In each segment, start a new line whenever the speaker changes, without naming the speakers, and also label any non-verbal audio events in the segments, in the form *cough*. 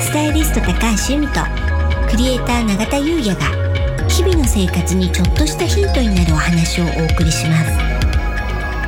スタイリスト高橋由美とクリエイター永田優也が日々の生活にちょっとしたヒントになるお話をお送りします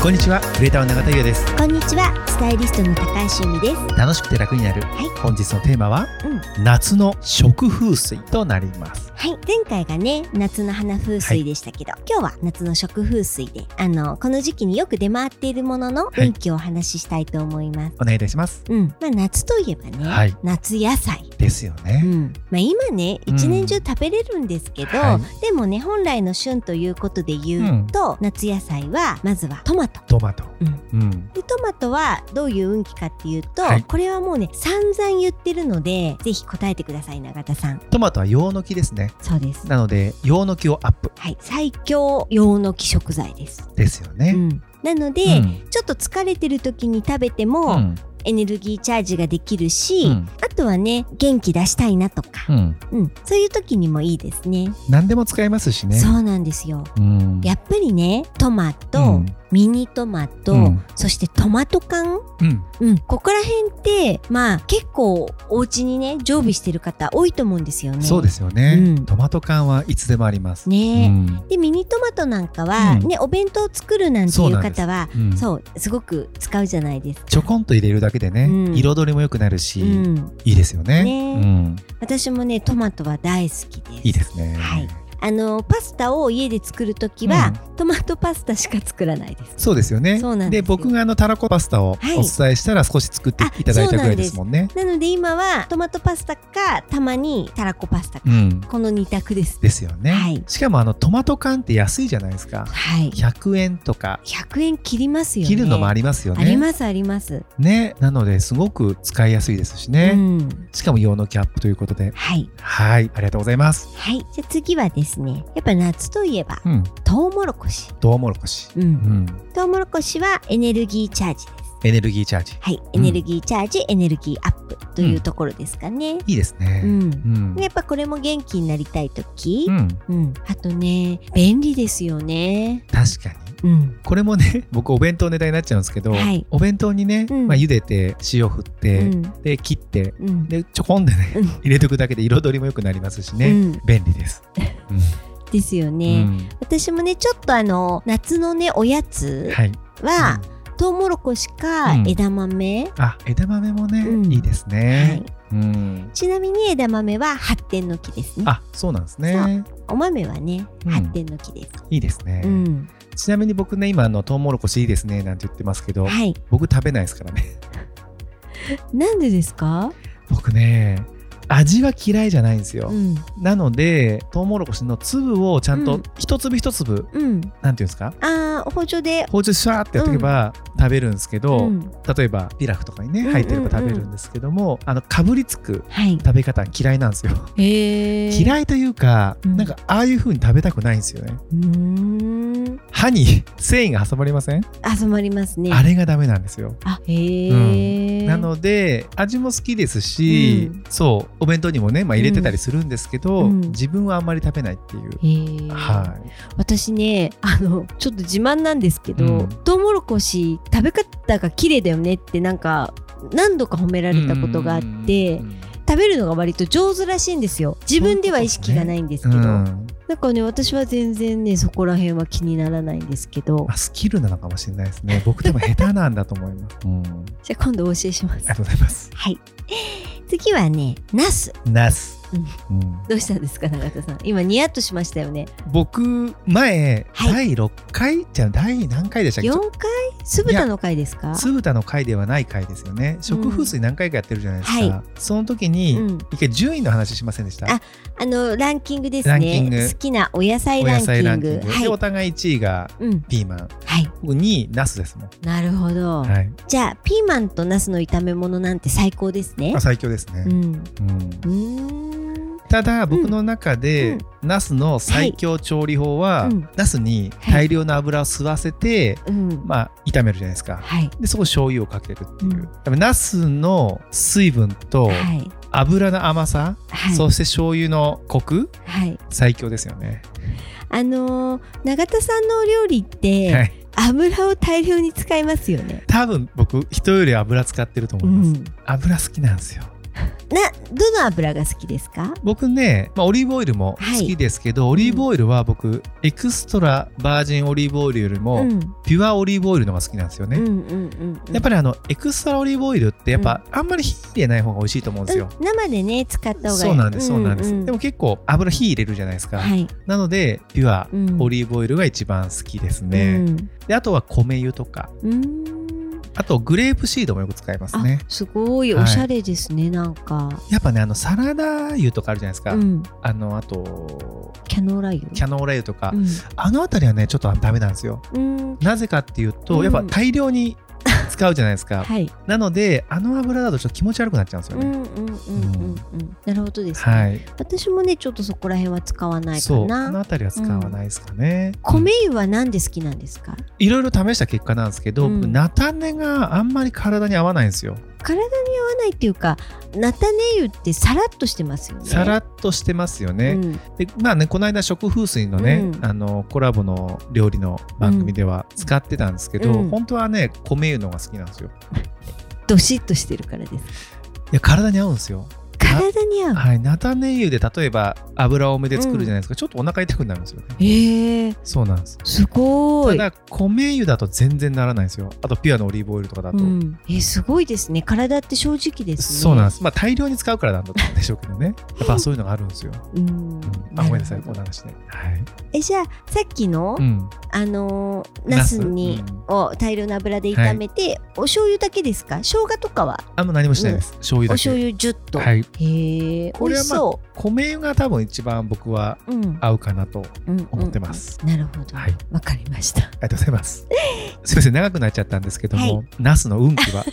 こんにちは、クリエイターの永田優也です。
こんにちはスタイリストの高橋由美です
楽しくて楽になる。
はい
本日のテーマは、
うん
夏の食風水となります。
はい前回がね夏の花風水でしたけど、今日は夏の食風水であのこの時期によく出回っているものの
はい
運気をお話ししたいと思います、
お願いいたします。
うんまあ夏といえばね、
はい
夏野菜
ですよね。
うんまあ、今ね
うん
一年中食べれるんですけど、
は
でもね本来の旬ということで言うと、夏野菜はまずはトマト。
トマト。
うん
うん。
でトマトはどういう運気かっていうと、
はい
これはもうね散々言ってるのでぜひ答えてください永田さん
トマトは洋の木ですね。
そうです
なので、洋の木をアップ
はい最強用の木食材です、
ですよ
う
ね。
ん、なので、
うん
ちょっと疲れてる時に食べて
う
も、
ん。
エネルギーチャージができるし、
うん。
あとはね元気出したいなとか、
うん。
うん、そういう時にもいいですね
何でも使えますしね。
そうなんですよ。
うん。
やっぱりね、トマト、
うん
ミニトマト、
うん
そしてトマト缶、
うん。
うん、ここら辺って、まあ結構お家にね、常備してる方多いと思うんですよね。
そうですよね。
うん
トマト缶はいつでもあります。う
ね、
ん
で、ミニトマトなんかは、
うん
ね、お弁当作るなんて
そう
いう
なんです
方は、
うん
そうすごく使うじゃないですか。
ちょこんと入れるだけでね、
うん
彩りも良くなるし、
うん、
いいですよね。
ね
うん。
私もね、トマトは大好きです。
いいですね。
はいあのパスタを家で作るときは、トマトパスタしか作らないです。
そうですよね。
そうなんですよ
僕があのたらこパスタをお
はい
伝えしたら少し作っていただいたぐらいですもんね。
なので今はトマトパスタかたまにたらこパスタか、
うん。
この二択です。
ですよね。
はい
しかもあのトマト缶って安いじゃないですか。
はい。
100円とか
100円切りますよね。
切るのもありますよ
あり
ね。
ますあります。
ね。なのですごく使いやすいですし
う
ね。
ん。
しかも用のキャップということで。
はい。
はい。ありがとうございます。
はい。じゃあ次はですね、やっぱ夏といえば、
うん。
トウモロコシ。
トウモロコシ。
う。
うんん。
トウモロコシはエネルギーチャージです。
エネルギーチャージ。
はい。エ
うん
ネルギーチャージ、エネルギーアップというところですかね。
いいです
う
ね。
ん。
うん
で。やっぱこれも元気になりたいとき
う、ん。
うん。あとね、便利ですよね。
確かに。
うん。
これもね、僕お弁当ネタになっちゃうんですけど、
はい
お弁当にね、
うん
まあ茹でて、塩振っ
う
て、
ん。
で切って
うん。
でちょこんでね、
うん
入れておくだけで彩りも良くなりますしね、
うん
便利です。
ですよ
う
ね。
ん
私もね、ちょっとあの、夏のね、おやつ
はい。
は、
うん
トウモロコシか
うん
枝豆、
あ、枝豆もね、
うん
いいです
はい
ね。、うん。
ちなみに枝豆は発展の木ですね
あ、そうなんですね。
お豆はね、
うん
発展の木です、
いいですね、
うん、
ちなみに僕ね、今あのトウモロコシいいですねなんて言ってますけど、
はい
僕食べないですからね。 *laughs*
なんでですか、
僕ね。味は嫌いじゃないんですよ、
うん
なのでトウモロコシの粒をちゃん
う
と
ん
一粒一粒、
うん、
なんていうんですか
あー包丁で
包丁でシャーってやっておけば食べるんですけど、
うん
例えばピラフとかに
うんうんう
ね
ん
入ってれば食べるんですけども、あのかぶりつく
はい
食べ方嫌いなんですよ、
へい
嫌いというか、
うん
なんかああいう風に食べたくないんですよね
うーん
歯に *laughs* 繊維が挟まれません、
集まりますね
あれがダメなんですよ
あへえ、
なので味も好きですし、
うん
そうお弁当にもね、まあ、入れてたりするんですけど、
うん
自分はあんまり食べないっていう、
へー
はい
私ねあのちょっと自慢なんですけど、
うん
トウモロコシ食べ方が綺麗だよねってなんか何度か褒められたことがあって、
うん
食べるのが割と上手らしいんですよ自分では意識がないんですけど、
うん
なんかね私は全然ねそこら辺は気にならないんですけど
まあ、スキルなのかもしれないですね僕多分下手なんだと思います、うん
じゃあ今度お教えしま
あり
す
がとうございます。
はい次はねナス
ナス。うん
どうしたんですか永田さん今ニヤッとしましたよね
僕前、
はい
第6回じゃあ第何回でしたっけち
4
ょ
回酢豚の回ですか
酢豚の回ではない回ですよね食風水何回かやってるじゃないですか、
うんは
その時に、
うん
一回順位の話しませんでした
ああのランキングです
ランキン
ね
グ
好きなお野菜
お
ラン
野
キン
菜
グ
ランキング、でお
は
互い1位が
い、うん、
ピーマン
はい
僕2位ナスですもん、
なるほど、
はい、
じゃあピーマンとナスの炒め物なんて最高ですね
まあ最強ですね、
うん
うん
うーん
ただ僕の中
う
で、
ん
ナスの最強調理法は、
はいうん
ナスに大量の油を吸わせて、
うん
まあ炒めるじゃないですか、
はい
でそこ醤油をかけるっていう、
うん
多分ナスの水分と
はい
油の甘さ、
はい
そして醤油のコク
はい
最強ですよね、
あのー永田さんのお料理って、
はい
油を大量に使いますよね。
多分僕人より油使ってると
う
思います、
ん。な、
油好きなんですよ
どの油が好きですか
僕ね、まあ、オリーブオイルも好きですけど、オリーブオイルは僕エクストラバージンオリーブオイルより
う
も、
ん。
ピュアオリーブオイルの方が好きなんですよ
う
ね、
んうんうん。
やっぱりあのエクストラオリーブオイルってやっぱ、あんまり火入れない方が美味しいと思うんですよ、
うん生でね、使った方がいい。
そうなんですそうなんです、
う
でも結構油火入れるじゃないですか、
はい。
なのでピュア
うん
オリーブオイルが一番好きですね、であとは米油とか
うん。うん
あとグレープシードもよく使います
あ
ね
すごい
はい
おしゃれですね、なんか。
やっぱねあのサラダ油とかあるじゃないですか、
うん。
あのあと
キャノーラ油。
キャノーラ油とか、あの辺りはねちょっとダメなんですよ
うん。うん
なぜかっていうと、
うん
やっぱ大量に使うじゃないですか、
はい。
なのであの油だとちょっと気持ち悪くなっちゃうんです
う
よ
んう
ね、
んうんうんうん。なるほどですね。
はい
私もね、ちょっとそこら辺は使わないか
そうあの
な。
辺りは使わないですかね、
米油はなんで好きなんですか
いろいろ試した結果なんですけど、
うん
菜種があんまり体に合わないんですよ
体に合わないっていうか、菜種油ってさらっとしてますよね。
さら
っ
っとしてますよね、
ね。
でまあねこの間食風水のね、
うん
あのコラボの料理の番組では使ってたんですけど、
うん
本当はね米油のが好きなんですよ
どしっとしてるからです。
いや体に合うんですよ
体に合う。
はい菜種油で例えば油多めで作るじゃないですか、ちょっとお腹痛くなるんですよね
へえ、
そうなんです
すご
た
い。
だ米油だと全然ならないんですよあとピュアのオリーブオイルとかだと、
うん、えすごいですね体って正直ですね
そうなん
ん
ですまあ大量に使うからなんだったんでしょうけどねやっぱそういうのがあるんですよ、
うん
うん、あごめんなさい
るほ
こ
ど
の話ねはい、
えじゃあさっきの、
うん、
あのーナスに、
うん
を大量の油で炒めて、お醤油だけですか生姜とかは
あんま何もしないです、
お
醤油だけ
醤油ジュッと、
はい
へえ
こ
美
れ
味
は
し
まあ
そ
米油が多分一番僕は
う、うん
合うかなと
うん
思ってます、
なるほどわ、
はい
かりました *laughs*
ありがとうございますすいません長くなっちゃったんですけども、
は
ナスの運気
*laughs*
は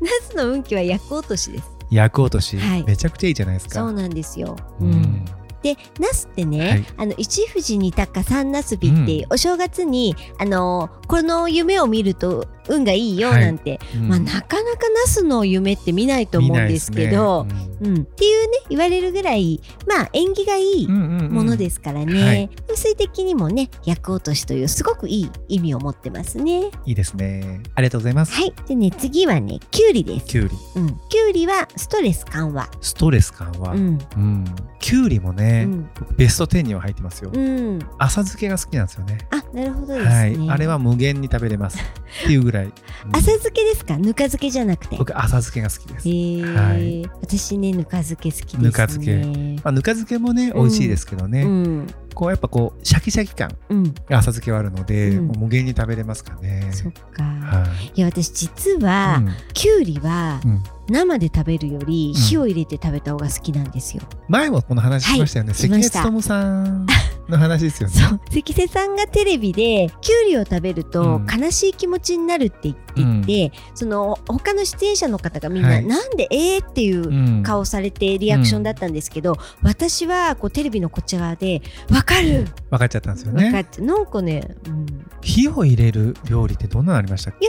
ナスの運気は厄落としです
焼く落とし、
はい
めちゃくちゃいいじゃないですか
そうなんですよ、
う
うん
ん、
でナスってね、
はい
あの一富士二鷹三ナスビって、
う
お正月にあのこの夢を見ると運がいいよなんて、
うん
まあ、なかなかナスの夢って見ないと思うんですけど
見ないですね
うん、っていうね言われるぐらいまあ縁起がいい
うんうんうんうん
ものですからね、
はい
風水的にもね厄落としというすごくいい意味を持ってますね
いいですねありがとうございます
はいでね次はねキュウリです
きゅうり
うん、キュウリはストレス緩和
ストレス感は、
う
うん
ん
きゅうりも
う
ね、
ん
ベスト10には入ってますよ、
うん
浅漬けが好きなんですよね
あなるほどですね、
はいあれは無限に食べれ
*laughs*
ますっていうぐらい、うん
浅漬けですかぬか漬けじゃなくて
僕浅漬けが好きです、
へー
はい
私ねぬか漬け好きですね
ぬか漬けまあ、ぬか漬けもね
うん
美味しいですけどね、
うん
こうやっぱこうシャキシャキ感
うん
が浅漬けはあるので、
うん
もう無限に食べれますかね
そっか、
はい
い、や私実は、
うん
きゅうりは
うん
生で食べるより
ん
火を入れて食べた方が好きなんですよ、
前もこの話しましたよね、
はいしま
関根
した
勤さんの話ですよね
*laughs* そう関瀬さんがテレビできゅうりを食べると
うん
悲しい気持ちになるって言っていて、その他の出演者の方がみんな、
はい
なんでえーっていう
うん
顔されてリアクションだったんですけど、私はこうテレビのこっち側で「わかる
分かっちゃったんですよ
わかっ
ね
て」なんかね、うん、
火を入れる料理ってどんなのありましたっけ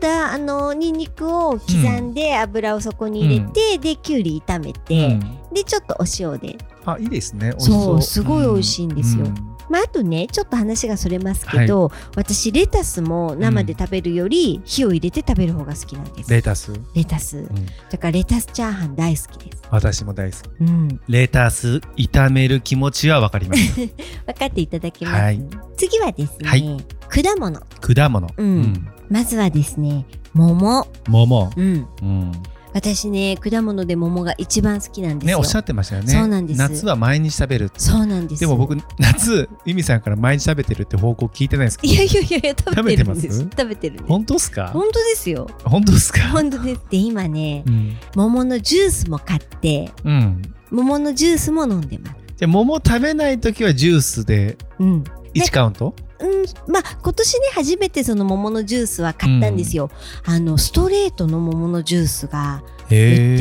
ただあのニンニクを刻んで油をそこに入れて、できゅうり炒めて、
うん
でちょっとお塩で、
あいいですね美味し
そうすごい美味しいんですよ
うん
まあ、あとねちょっと話がそれますけど、私レタスも生で食べるより火を入れて食べる方が好きなんです、
レタス、
レタスだからレタスチャーハン大好きです、
私も大好き
うん、
レタス炒める気持ちはわかります
*laughs* 分かっていただけます、
はい
次はですね、
はい
果物
果物、
うんまずはですね桃、
桃、
うん、
うん
私ね果物で桃が一番好きなんです
ね
よ、
おっしゃってましたよね
そうなんです
夏は毎日食べる
そうなんです
でも僕夏由美さんから毎日食べてるって報告聞いてないですけど
いやいやいやいや食べてるんです
食べてま
食べてるんです
本当っすか
本当ですよ
本当っすか
本当ですで今ね
うん、
桃のジュースも買って
うん、じ
桃のジュースも飲んでます
ゃあ桃食べない時はジュースで
うん
1カウント
うん、まあ今年ね初めてその桃のジュースは買ったんですよ、あのストレートの桃のジュースが売って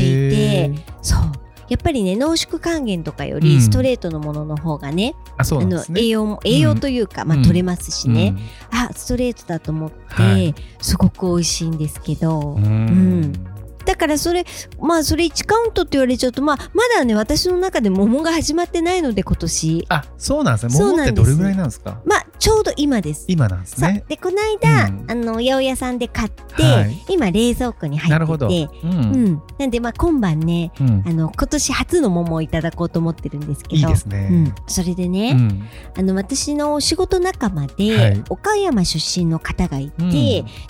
いてそうやっぱりね濃縮還元とかよ
う
り
ん
ストレートのものの方がね,、
あそうなんで
あ
す
の
ね
栄養も栄養というか、まあ
うん
取れますし
う
ね、
ん
あストレートだと思って、
はい
すごく美味しいんですけど、
うん
うんだからそれまあそれ1カウントって言われちゃうとまあまだね私の中で桃が始まってないので今年
あそうなんですね桃ってどれぐらいなんですか
まあちょうど今です
今なんですね
でこの間、
うん
あの八百屋さんで買って、
はい
今冷蔵庫に入
なる
っ
ほ
て
ど、
て
う
うんん、なんでまあ今晩ね
うん
あの今年初の桃をいただこうと思ってるんですけど
いいです
う
ね
ん、、それでね、
うん
あの私の仕事仲間で、
はい
岡山出身の方がいて、
うん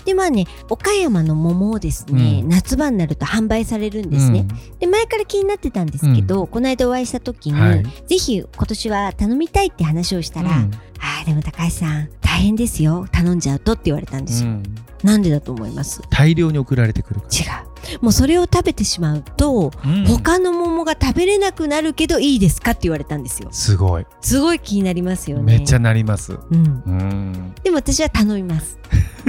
でまあね岡山の桃をですね、
う
夏場になると販売されるんですね、で前から気になってたんですけど、この間お会いした時
うん
に、
はい
ぜひ今年は頼みたいって話をしたら、
うん
あーでも高橋さん大変ですよ頼んじゃうとって言われたんです
う
よ、
ん
なんでだと思います
大量に送られてくるか
違うもうそれを食べてしまうと、
ら、うん
他の桃が食べれなくなるけどいいですかって言われたんですよ
すごい
すごい気になりますよね
めっちゃなります
うん
うん
でも私は頼みます
*laughs*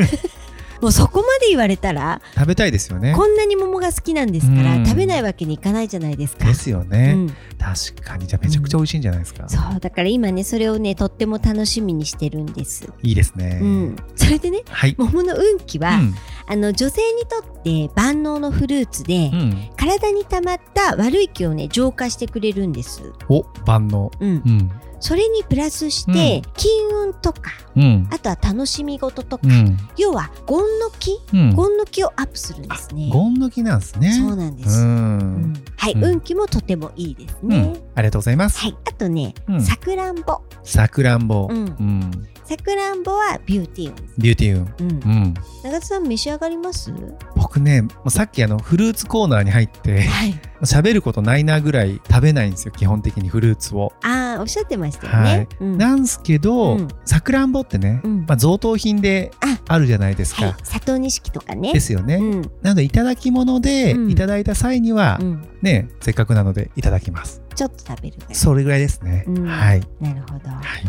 もうそこまで言われたら
食べたいですよね
こんなに桃が好きなんですから、
うん
食べないわけにいかないじゃないですか
ですよね、
うん、
確かにじゃあめちゃくちゃ美味しいんじゃないですか、
そうだから今ねそれをねとっても楽しみにしてるんです、
いいですね、
うん、それでね
はい、
桃の運気は、
うん
あの女性にとって万能のフルーツで、
うん、
体に溜まった悪い気をね浄化してくれるんです、
お万能
うん
う、ん
それにプラスして、金運とか
うん
あとは楽しみ事とか、
うん
要はゴンの気
うん
ゴンの気をアップするんですね
ゴン抜きなんですね
そうなんで
う
す。うんんはい、
うん
運気もとてもいいです
うん、
ね。
ありがとうございます
はい、あとね
う、ん
さくらんぼ。
さくらんぼ、
うん
ん
さくらんぼはビューティー運です。
ビューティー運
うん
う、ん、
長田さん召し上がります。は
僕ねもうさっきあのフルーツコーナーに入って
い。
喋ることないなぐらい食べないんですよ基本的にフルーツを。
ああ、おっしゃってましたよ
は
ね
い。
うん
なんすけ
う
ど
ん
さくらんぼってね、
うん
まあ、贈答品で
あ
あるじゃないですか。
はい、佐藤錦とかね
で。すよね。
うん、
なのでいただき物で
うん
いただいた際には、
うん、
ねせっかくなのでいただきます。
ちょっと食べるぐらい。
それぐらいですね。
うん
はい、
なるほど。は
はい。
い、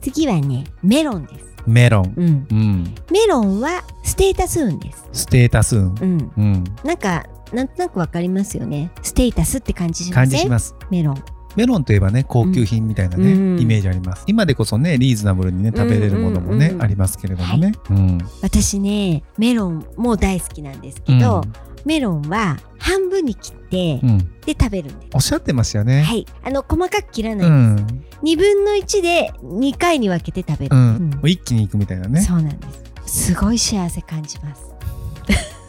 次はね、メロンです。
メロン。
うん、
うん。
メロンはステータス運です。
ステータス運。
うん、
うん。
なんか、なんとなくわかりますよね。ステータスって感じしま
感
せ
じ
ん。
します。
メロン。
メロンといえばね高級品みたいなね、
うん
イメージあります。今でこそねリーズナブルにね食べれるものもね、
うんうんうん
ありますけれどもね。うん。
私ねメロンも大好きなんですけど、メロンは半分に切って、
うん、うん
で食べるんです。
おっしゃってましたよね。
はい、あの細かく切らな
う
い、
ん。
二分の一で二回に分けて食べる、
う。
うんん
もう一気に行くみたいなね。
そうなんですすごい幸せ感じます *laughs*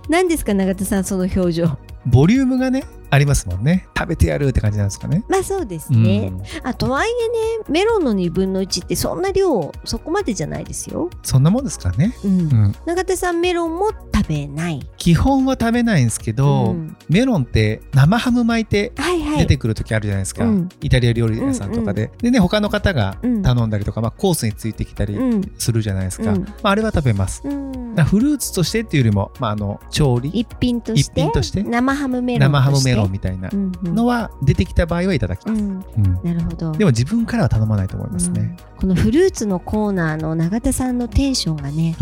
何ですか永田さんその表情
ボリュームがねありますもんね。食べてやるって感じなんですかね。
まあそうです
うん
ね、あとはいえねメロンの二分の一ってそんな量そこまでじゃないですよ、
そんなもんですからね。
うん
うん。
永田さんメロンも食べない
基本は食べないんですけど、
うん
メロンって生ハム巻いて
はいは
出
い
てくる時あるじゃないですか、
うん
イタリア料理屋さんとかで、でね他の方が頼んだりとか、まあ、コースについてきたり
うん
するじゃないですか、
うん
まあ、あれは食べます、
うん
だからフルーツとしてっていうよりも、まあ、あの調理
一品として
一品として
生ハムメロンとして
生ハムメロンみたいな
うんうん
のは出てきた場合はいただき
う
ます、
ん
うん
なるほど
でも自分からは頼まないと思いますね、
うんこのフルーツのコーナーの永田さんのテンションがね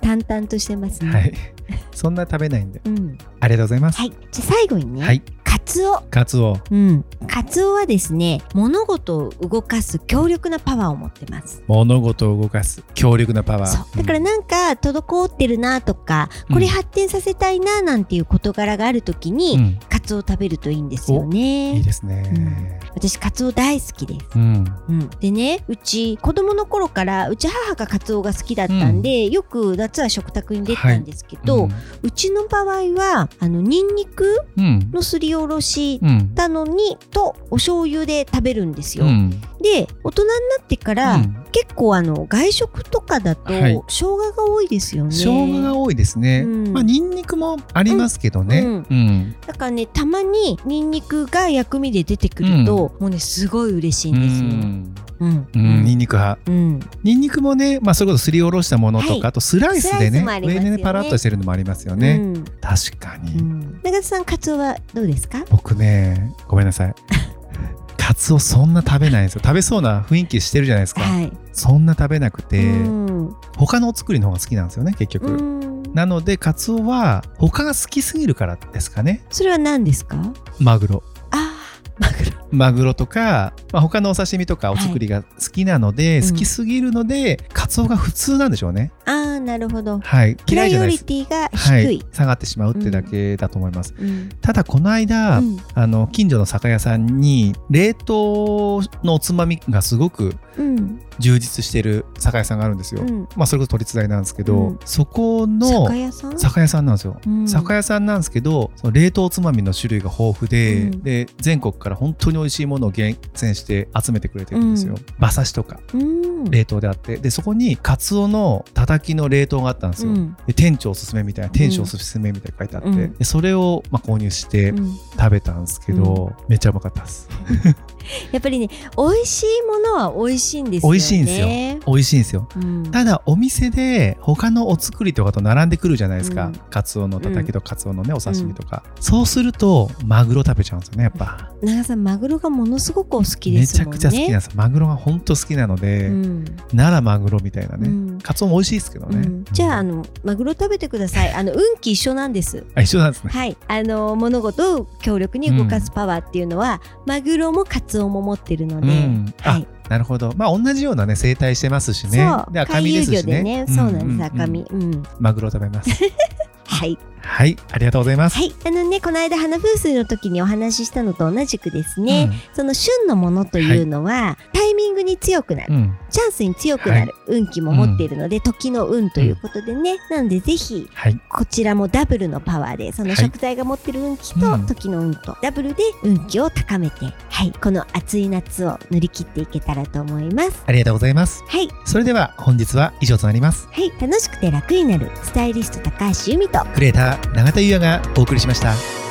淡々としてますね、
はい *laughs* そんな食べないんで
うん、
ありがとうございます
はいじゃあ最後にね、
はい
カツオ
カツオ
うん、カツオはですね物事を動かす強力なパワーを持ってます
物事を動かす強力なパワー
そうだからなんか滞ってるなとか
うん
これ発展させたいななんていう事柄がある時
う
に、
ん
カツオを食べるといいんですよね
いいですね、
私カツオ大好きです
うん
うん、でねうち子供の頃からうち母がカツオが好きだったんで、よく夏は食卓に出てたんですけど、うちの場合はあのニンニク
うん
のすりおろし
うん
たのにとお醤油で食べるんですよ。
うん
で大人になってから、
うん
結構あの外食とかだと
はい
生姜が多いですよね。
生姜が多いですね、
うん
まあニンニクもありますけどね、
うん
うん
だからねたまにニンニクが薬味で出てくると、もうねすごい嬉しいんですよ。うん
うんうんニンニク派
うん
ニンニクもね、まあ、それこそすりおろしたものとか、
はい
あとスライスで
スライ
ね
スもあります
上
よね
にねパラッとしてるのもありますよね、
うん
確かに、
うん長田さんカツオはどうですか
僕ねごめんなさいカツオそんな食べないんですよ食べそうな雰囲気してるじゃないですか、
はい、
そんな食べなくて、
うん
他のお作りの方が好きなんですよね結局、
うん
なのでカツオは他が好きすぎるからですかね
それは何ですか
マグロ
あーマグロ
マグロとか、まあ、他のお刺身とかお作りが好きなので、
うん
好きすぎるので、カツオが普通なんでしょうね。
ああなるほど
はい。
プ
嫌
ラ
い
イ
じゃな
オ
いで
リ
す。
ティが
は
低
い
い、。
下がってしまうってだけだと思います。
うん
ただこの間、
うん
あの近所の酒屋さんに冷凍のおつまみがすごく
うん
充実してる酒屋さんがあるんですよ。
うん
まあそれこそ都立大なんですけど、
うん
そこの
酒屋さん
酒屋さんなんですよ。
うん
酒屋さんなんですけどその冷凍おつまみの種類が豊富で,、
うん
で全国から本当に美味しいものを厳選して集めてくれてるんです
う
よ、馬刺しとか
うん
冷凍であってでそこにカツオのたたきの冷凍があったんですよ、
うん
で店長おすすめみたいな店主おすすめみたいな書いてあって、
うん
でそれをまあ購入して
うん
食べたんですけど、めっちゃうまかったです
やっぱりね美味しいものは美味しいんですよね
美味しいんですよ美味しいんですよ
うん
ただお店で他のお作りとかと並んでくるじゃないですか、
うん
カツオのたたきとかカツオのねお刺身とか、そうするとマグロ食べちゃうんですよねやっぱ、
長さんマグロがものすごくお好きで
め
す
ちゃ
もんね
くちゃ好きなんですマグロが本当好きなので、
うん
ならマグロみたいなね、
うん
カツオも美味しいですけど
う
ね、
ん、じゃああ
うん
のマグロ食べてくださいあの運気一緒なんです
あ一緒なんですね
はいあの物事を強力に動かすパワーっていうのは、マグロもカツオも持ってるので、
うんあ
はい
なるほどまあ同じようなね生態してますしね
そう
で赤身です
回遊魚
し
でね
ね
そうなんです、
うう
赤身うん
マグロ食べます *laughs*
はい
はいありがとうございます、
はいあのねこの間花風水の時にお話ししたのと同じくですね、その旬のものというのは、タイミングに強くなる
うん、うん
チャンスに強くなる、運気も持っているので、時の運ということでね、なのでぜひ
はい
こちらもダブルのパワーでその
はい
食材が持ってる運気
う
と
ん
時の運と、ダブルで運気を高めて、はい、この暑い夏を乗り切っていけたらと思います。
ありがとうございます
はい、
それでは本日は以上となります
はい、楽しくて楽になるスタイリスト高橋由美と
クレーター永田優也がお送りしました